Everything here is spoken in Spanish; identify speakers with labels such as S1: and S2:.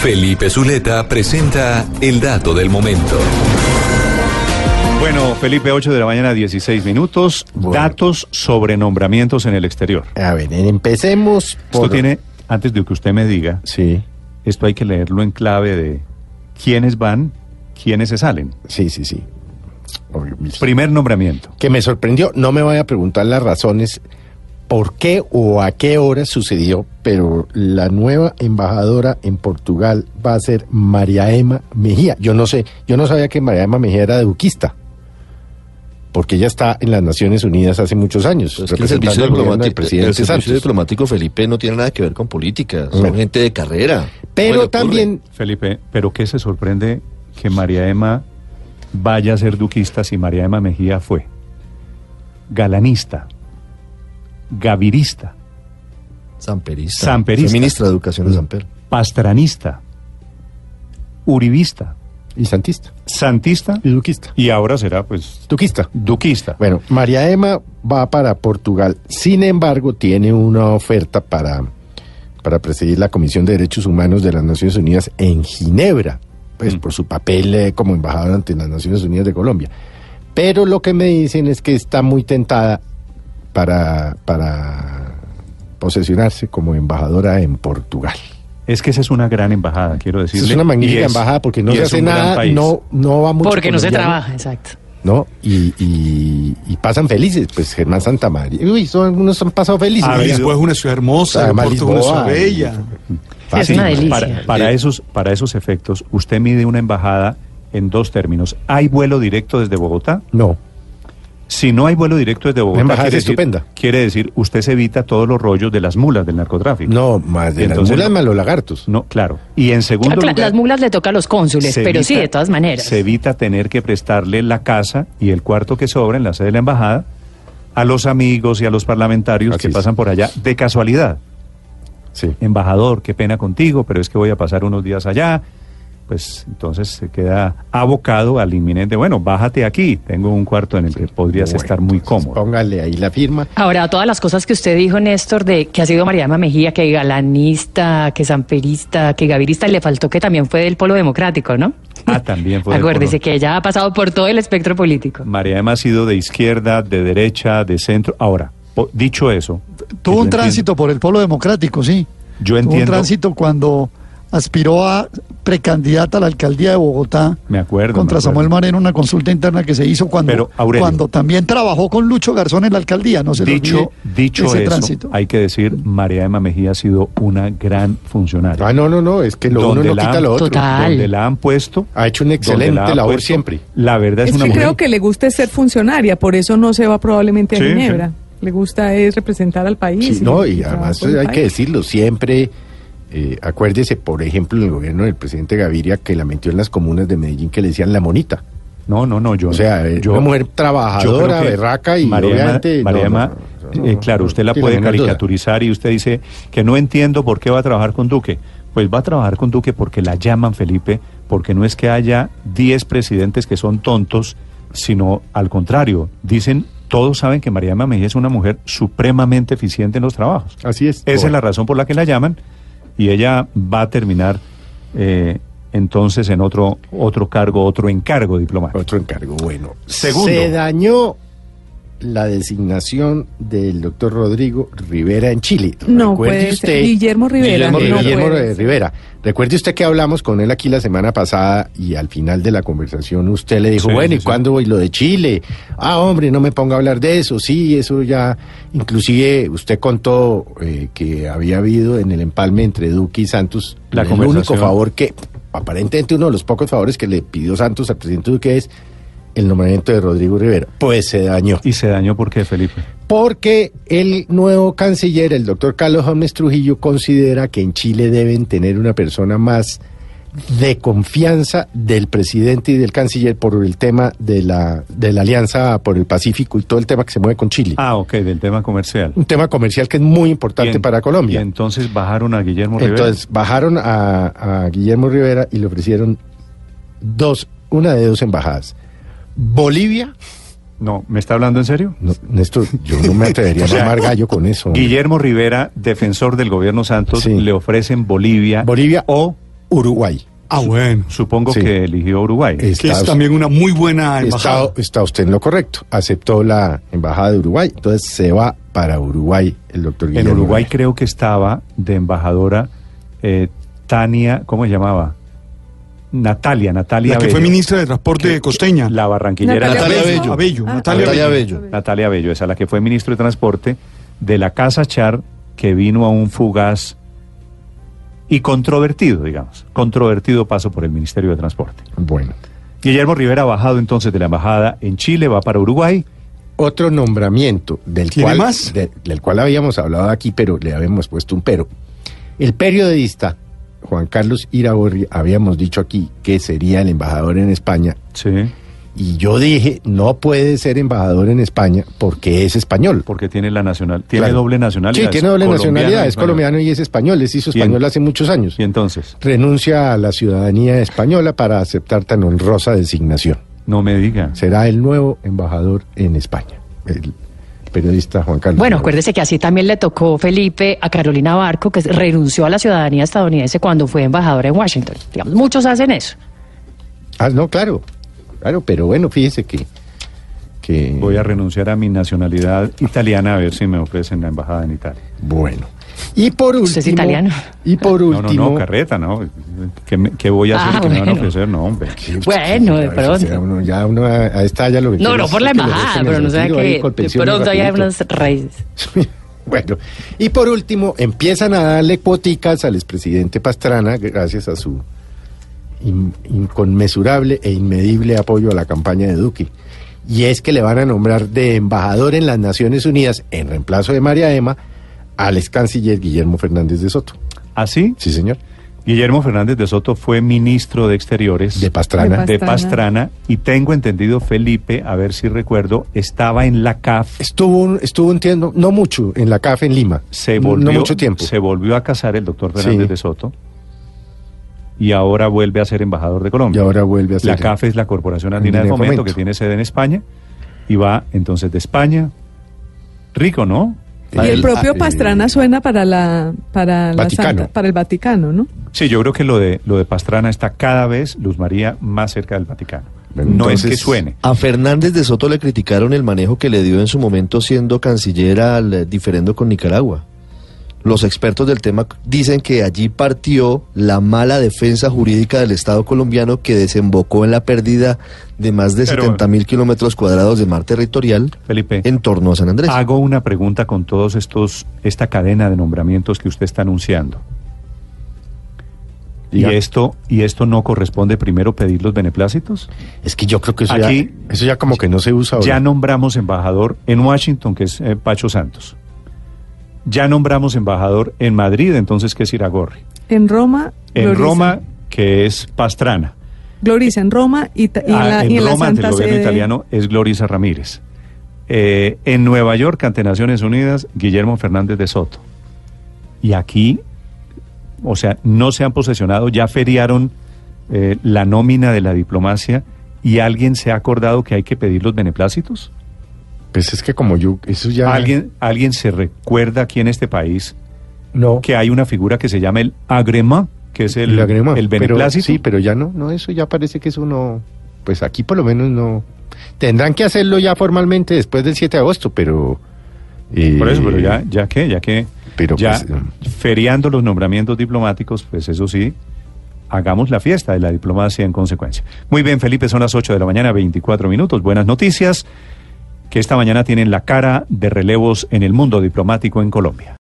S1: Felipe Zuleta presenta el dato del momento.
S2: Bueno, Felipe, 8 de la mañana, 16 minutos.
S3: Bueno.
S2: Datos sobre nombramientos en el exterior.
S3: A ver, empecemos por...
S2: Esto tiene, antes de que usted me diga,
S3: Sí,
S2: esto hay que leerlo en clave de quiénes van, quiénes se salen.
S3: sí, sí, sí. Obvio, mis-
S2: Primer nombramiento.
S3: Que me sorprendió, no me voy a preguntar las razones por qué o a qué hora sucedió, pero la nueva embajadora en Portugal va a ser María Emma Mejía. Yo no sé, yo no sabía que María Emma Mejía era de Uquista, porque ella está en las Naciones Unidas hace muchos años.
S4: Pues que el
S3: representando
S4: servicio,
S3: al gobierno del
S4: diplomático,
S3: presidente
S4: el servicio
S3: Santos.
S4: diplomático, Felipe no tiene nada que ver con política, son
S3: Bueno.
S4: gente de carrera. ¿Cómo le
S3: Pero
S4: ocurre?
S3: también
S2: Felipe, ¿pero qué se sorprende que María Emma vaya a ser duquista si María Emma Mejía fue? Galanista, gavirista,
S4: Samperista.
S2: Samperista.
S4: Fue ministra de Educación de Samper.
S2: pastranista, uribista,
S3: y Santista,
S2: santista
S3: y Duquista.
S2: y ahora será pues
S3: Duquista.
S2: duquista.
S3: Bueno, María Emma va para Portugal, sin embargo, tiene una oferta para, para presidir la Comisión de Derechos Humanos de las Naciones Unidas en Ginebra, pues
S2: Mm.
S3: por su papel eh, como embajadora ante las Naciones Unidas de Colombia. Pero lo que me dicen es que está muy tentada para, para posesionarse como embajadora en Portugal.
S2: Es que esa es una gran embajada, quiero decirle.
S3: es una magnífica
S2: Y es-
S3: embajada porque no
S2: y
S3: se
S2: es
S3: hace
S2: un gran
S3: nada,
S2: país.
S3: no, no va mucho
S5: Porque no se
S3: colombiano.
S5: trabaja, exacto.
S3: ¿no? Y, y, y pasan felices, pues Germán Santamaría. Uy, son, algunos han pasado felices.
S2: Ha
S6: Ah, Y
S2: habido-
S6: Lisboa es una ciudad hermosa,
S3: Además,
S6: Porto es una
S3: Lisboa,
S6: ciudad bella.
S5: Es una delicia.
S2: Para, para esos, para esos efectos, usted mide una embajada en dos términos. ¿Hay vuelo directo desde Bogotá?
S3: No,
S2: Si no hay vuelo directo desde Bogotá,
S3: embajada
S2: quiere
S3: es
S2: decir-
S3: estupenda.
S2: Quiere decir, usted se evita todos los rollos de las mulas del narcotráfico.
S3: no, más de las
S2: Entonces,
S3: mulas,
S2: no.
S3: más los lagartos.
S2: No, claro. Y en segundo
S5: Claro,
S2: lugar,
S5: las mulas le toca a los cónsules,
S2: se
S5: pero sí,
S2: evita-
S5: de todas maneras.
S2: Se evita tener que prestarle la casa y el cuarto que sobra en la sede de la embajada a los amigos y a los parlamentarios
S3: Así
S2: que
S3: es.
S2: pasan por allá de casualidad.
S3: Sí.
S2: embajador, qué pena contigo, pero es que voy a pasar unos días allá. Pues entonces se queda abocado al inminente, bueno, bájate aquí, tengo un cuarto en el que podrías
S3: Bueno,
S2: estar muy
S3: entonces,
S2: cómodo.
S3: Póngale ahí la firma.
S5: Ahora, todas las cosas que usted dijo, Néstor, de que ha sido Mariana Mejía, que galanista, que samperista, que gavirista, le faltó que también fue del polo democrático, ¿no?
S2: Ah, también fue del
S5: Acuérdese
S2: polo.
S5: que ella ha pasado por todo el espectro político.
S2: María Emma ha sido de izquierda, de derecha, de centro. Ahora, po- dicho eso,
S7: Tuvo
S2: yo
S7: un
S2: entiendo-
S7: tránsito por el polo democrático, sí.
S2: yo
S7: Tuvo un
S2: entiendo,
S7: tránsito cuando aspiró a precandidata a la alcaldía de Bogotá
S2: me acuerdo. me
S7: contra
S2: acuerdo.
S7: Samuel Moreno, una consulta interna que se hizo cuando,
S2: Pero, Aurelio.
S7: cuando también trabajó con Lucho Garzón en la alcaldía. No se le
S2: Dicho,
S7: olvide
S2: dicho
S7: ese
S2: eso,
S7: tránsito.
S2: hay que decir, María Emma Mejía ha sido una gran funcionaria.
S3: Ah, no, no, no, es que lo uno
S2: Donde
S3: no
S2: la
S3: quita
S2: han-
S3: lo otro.
S5: Total.
S2: Donde la han puesto,
S3: Ha hecho una excelente
S2: donde la han
S3: labor
S2: puesto,
S3: siempre.
S2: La verdad es,
S8: Es,
S2: una
S8: que
S2: mujer.
S8: creo que le gusta es ser funcionaria, por eso no se va probablemente a
S2: Sí, sí.
S8: Ginebra. Le gusta es representar al país.
S3: Sí, no, y
S8: trabajar
S3: además
S8: por el
S3: hay
S8: país.
S3: que decirlo, siempre, eh, acuérdese, por ejemplo, en el gobierno del presidente Gaviria, que la metió en las comunas de Medellín, que le decían la monita.
S2: No, no, no, yo.
S3: O sea, eh,
S2: yo,
S3: una mujer
S2: yo creo
S3: trabajadora,
S2: que
S3: berraca y
S2: María Emma-
S3: obviamente... no,
S2: María
S3: no,
S2: Emma,
S3: no, no, no,
S2: eh,
S3: no,
S2: claro,
S3: no,
S2: usted la
S3: tiene
S2: puede
S3: menor duda.
S2: caricaturizar y usted dice que no entiendo por qué va a trabajar con Duque. Pues va a trabajar con Duque porque la llaman Felipe, porque no es que haya 10 presidentes que son tontos, sino al contrario, dicen, todos saben que María Emma Mejía es una mujer supremamente eficiente en los trabajos.
S3: Así es.
S2: Esa es la razón por la que la llaman y ella va a terminar eh, entonces en otro, otro cargo, otro encargo diplomático.
S3: Otro encargo, bueno.
S2: Segundo.
S3: Se dañó la designación del doctor Rodrigo Rivera en Chile.
S8: No
S3: Recuerde
S8: puede
S3: usted,
S8: ser. Guillermo Rivera.
S3: Guillermo,
S8: no
S3: Guillermo
S8: puede
S3: Re-
S8: ser.
S3: Rivera. Recuerde usted que hablamos con él aquí la semana pasada y al final de la conversación usted le dijo,
S2: Sí,
S3: bueno,
S2: sí,
S3: ¿y
S2: sí.
S3: cuándo voy lo de Chile? Ah, hombre, no me ponga a hablar de eso. Sí, eso ya. Inclusive usted contó eh, que había habido en el empalme entre Duque y Santos
S2: La
S3: el
S2: conversación.
S3: único favor que, aparentemente uno de los pocos favores que le pidió Santos al presidente Duque es el nombramiento de Rodrigo Rivera. Pues se dañó.
S2: Y se dañó porque Felipe.
S3: Porque el nuevo canciller, el doctor Carlos Holmes Trujillo, considera que en Chile deben tener una persona más de confianza del presidente y del canciller por el tema de la, de la alianza por el Pacífico y todo el tema que se mueve con Chile.
S2: Ah, ok, del tema comercial.
S3: Un tema comercial que es muy
S2: Y
S3: importante
S2: en-
S3: para Colombia.
S2: Y entonces bajaron a Guillermo Rivera.
S3: Entonces bajaron a, a Guillermo Rivera y le ofrecieron dos, una de dos embajadas. Bolivia,
S2: No, ¿me está hablando en serio?
S3: no, Néstor, yo no me atrevería a
S2: O sea,
S3: llamar gallo con eso. hombre.
S2: Guillermo Rivera, defensor del gobierno Santos,
S3: Sí.
S2: le ofrecen Bolivia
S3: Bolivia
S2: o
S3: Uruguay.
S6: Ah, bueno.
S2: Supongo
S3: Sí.
S2: que eligió Uruguay.
S3: Es-
S6: Que es
S3: Estados-
S6: también una muy buena embajada.
S3: Está, está usted en lo correcto. Aceptó la embajada de Uruguay. Entonces se va para Uruguay el doctor
S2: En
S3: Guillermo.
S2: Uruguay
S3: Reyes.
S2: creo que estaba de embajadora eh, Tania, ¿cómo se llamaba? Natalia, Natalia
S6: la que fue
S2: Bello.
S6: ministra de Transporte
S2: Que-
S6: de Costeña.
S2: La barranquillera.
S4: Natalia
S2: Natalia,
S4: Bello.
S6: Abello,
S8: Ah,
S6: Natalia
S4: Natalia
S6: Bello.
S4: Bello.
S2: Natalia Bello, esa la que fue ministro de Transporte de la Casa Char, que vino a un fugaz y controvertido, digamos, controvertido paso por el Ministerio de Transporte.
S3: Bueno.
S2: Guillermo Rivera ha bajado entonces de la embajada en Chile, va para Uruguay.
S3: Otro nombramiento del
S6: ¿Tiene
S3: cual,
S6: más?
S3: de- del cual habíamos hablado aquí, pero le habíamos puesto un pero. El periodista Juan Carlos Iragorri habíamos dicho aquí que sería el embajador en España
S2: Sí.
S3: y yo dije no puede ser embajador en España porque es español.
S2: Porque tiene la nacional, tiene
S3: Claro.
S2: doble nacionalidad.
S3: Sí, tiene
S2: es
S3: doble
S2: colombiano y
S3: nacionalidad, es
S2: español.
S3: colombiano y es español, les hizo
S2: Bien.
S3: español hace muchos años.
S2: Y entonces,
S3: renuncia a la ciudadanía española para aceptar tan honrosa designación.
S2: no me diga.
S3: Será el nuevo embajador en España, el periodista Juan Carlos.
S5: Bueno,
S3: Rivera.
S5: acuérdese que así también le tocó Felipe a Carolina Barco, que renunció a la ciudadanía estadounidense cuando fue embajadora en Washington. Digamos, muchos hacen eso.
S3: Ah, no, claro, claro, pero bueno, fíjese que... que
S2: Voy a renunciar a mi nacionalidad italiana a ver si me ofrecen la embajada en Italia.
S3: Bueno. Y por último...
S5: ¿Usted es italiano?
S3: Y por
S2: No, no,
S3: último...
S2: no, carreta, ¿no? ¿Qué, me- qué voy a hacer
S5: Ah,
S2: que me van a
S5: bueno.
S2: ofrecer? No, hombre.
S5: Bueno, de
S3: A ver, si sea
S5: pronto.
S3: uno- ya uno a, a esta ya Pues lo que
S5: No,
S3: quiere
S5: no
S3: es
S5: por la
S3: que le
S5: embajada,
S3: dejen
S5: pero
S3: el
S5: no sea
S3: retiro ahí
S5: que
S3: con
S5: de
S3: pensión y
S5: pronto hay
S3: rapidito.
S5: unas raíces.
S3: Bueno, y por último, empiezan a darle cuoticas al expresidente Pastrana gracias a su in- inconmensurable e inmedible apoyo a la campaña de Duque. Y es que le van a nombrar de embajador en las Naciones Unidas, en reemplazo de María Emma, al ex canciller Guillermo Fernández de Soto.
S2: Así,
S3: Sí, señor.
S2: ¿Ah, Guillermo Fernández de Soto fue ministro de Exteriores
S3: De Pastrana.
S8: De
S2: de Pastrana y tengo entendido, Felipe, a ver si recuerdo, estaba en la CAF.
S3: Estuvo, un- estuvo un tiempo, no mucho, en la CAF en Lima.
S2: se
S3: No-
S2: volvió,
S3: no, mucho tiempo.
S2: Se volvió a casar el doctor Fernández
S3: Sí.
S2: de Soto y ahora vuelve a ser embajador de
S3: Y
S2: Colombia.
S3: ahora vuelve a ser. este
S2: la CAF es la Corporación Andina de
S3: Andina de
S2: Fomento que
S3: Fomento.
S2: tiene sede en España y va entonces de España. Rico, ¿no?
S8: Y el
S4: Ah,
S8: propio
S4: eh,
S8: Pastrana suena para la para la
S3: Vaticano.
S8: Santa- para el Vaticano, ¿no?
S2: Sí, yo creo que lo de lo de Pastrana está cada vez Luz María más cerca del Vaticano.
S3: Bueno,
S2: no es que
S3: entonces-
S2: suene.
S4: A Fernández de Soto le criticaron el manejo que le dio en su momento siendo canciller al eh, diferendo con Nicaragua. Los expertos del tema dicen que allí partió la mala defensa jurídica del Estado colombiano que desembocó en la pérdida de más de
S2: Pero-
S4: 70 mil kilómetros cuadrados de mar territorial
S2: Felipe,
S4: en torno a San Andrés.
S2: hago una pregunta con todos estos esta cadena de nombramientos que usted está anunciando. Y
S3: Diga.
S2: esto y esto no corresponde primero pedir los beneplácitos?
S3: Es que yo creo que eso,
S2: Aquí-
S3: ya, eso ya como que no se usa ahora.
S2: Ya nombramos embajador en Washington, que es eh, Pacho Santos. Ya nombramos embajador en Madrid, entonces que es Iragorri.
S8: En Roma,
S2: En
S8: Gloriza.
S2: Roma, que es Pastrana.
S8: Gloriza en Roma y, ta- y en
S2: Ah,
S8: la,
S2: en
S8: y en la
S2: Roma, ante
S8: Santa
S2: el gobierno
S8: Sede.
S2: italiano, es Glorisa Ramírez. Eh, en Nueva York, ante Naciones Unidas, Guillermo Fernández de Soto. Y aquí, o sea, no se han posesionado, ya feriaron eh, la nómina de la diplomacia y alguien se ha acordado que hay que pedir los beneplácitos.
S3: Pues es que como yo, eso ya.
S2: ¿Alguien, alguien se recuerda aquí en este país
S3: No.
S2: que hay una figura que se llama el agrema, que es el,
S3: el, agrema,
S2: el
S3: pero-
S2: beneplácito.
S3: sí, pero ya no, no, eso ya parece que eso no, pues aquí por lo menos no. Tendrán que hacerlo ya formalmente después del 7 de agosto, pero... eh,
S2: Por eso, pero ya, ya que, ya que,
S3: Pero
S2: ya
S3: pues, eh,
S2: feriando los nombramientos diplomáticos, pues eso sí, hagamos la fiesta de la diplomacia en consecuencia. Muy bien, Felipe, son las 8 de la mañana, 24 minutos. Buenas noticias que esta mañana tienen la cara de relevos en el mundo diplomático en Colombia.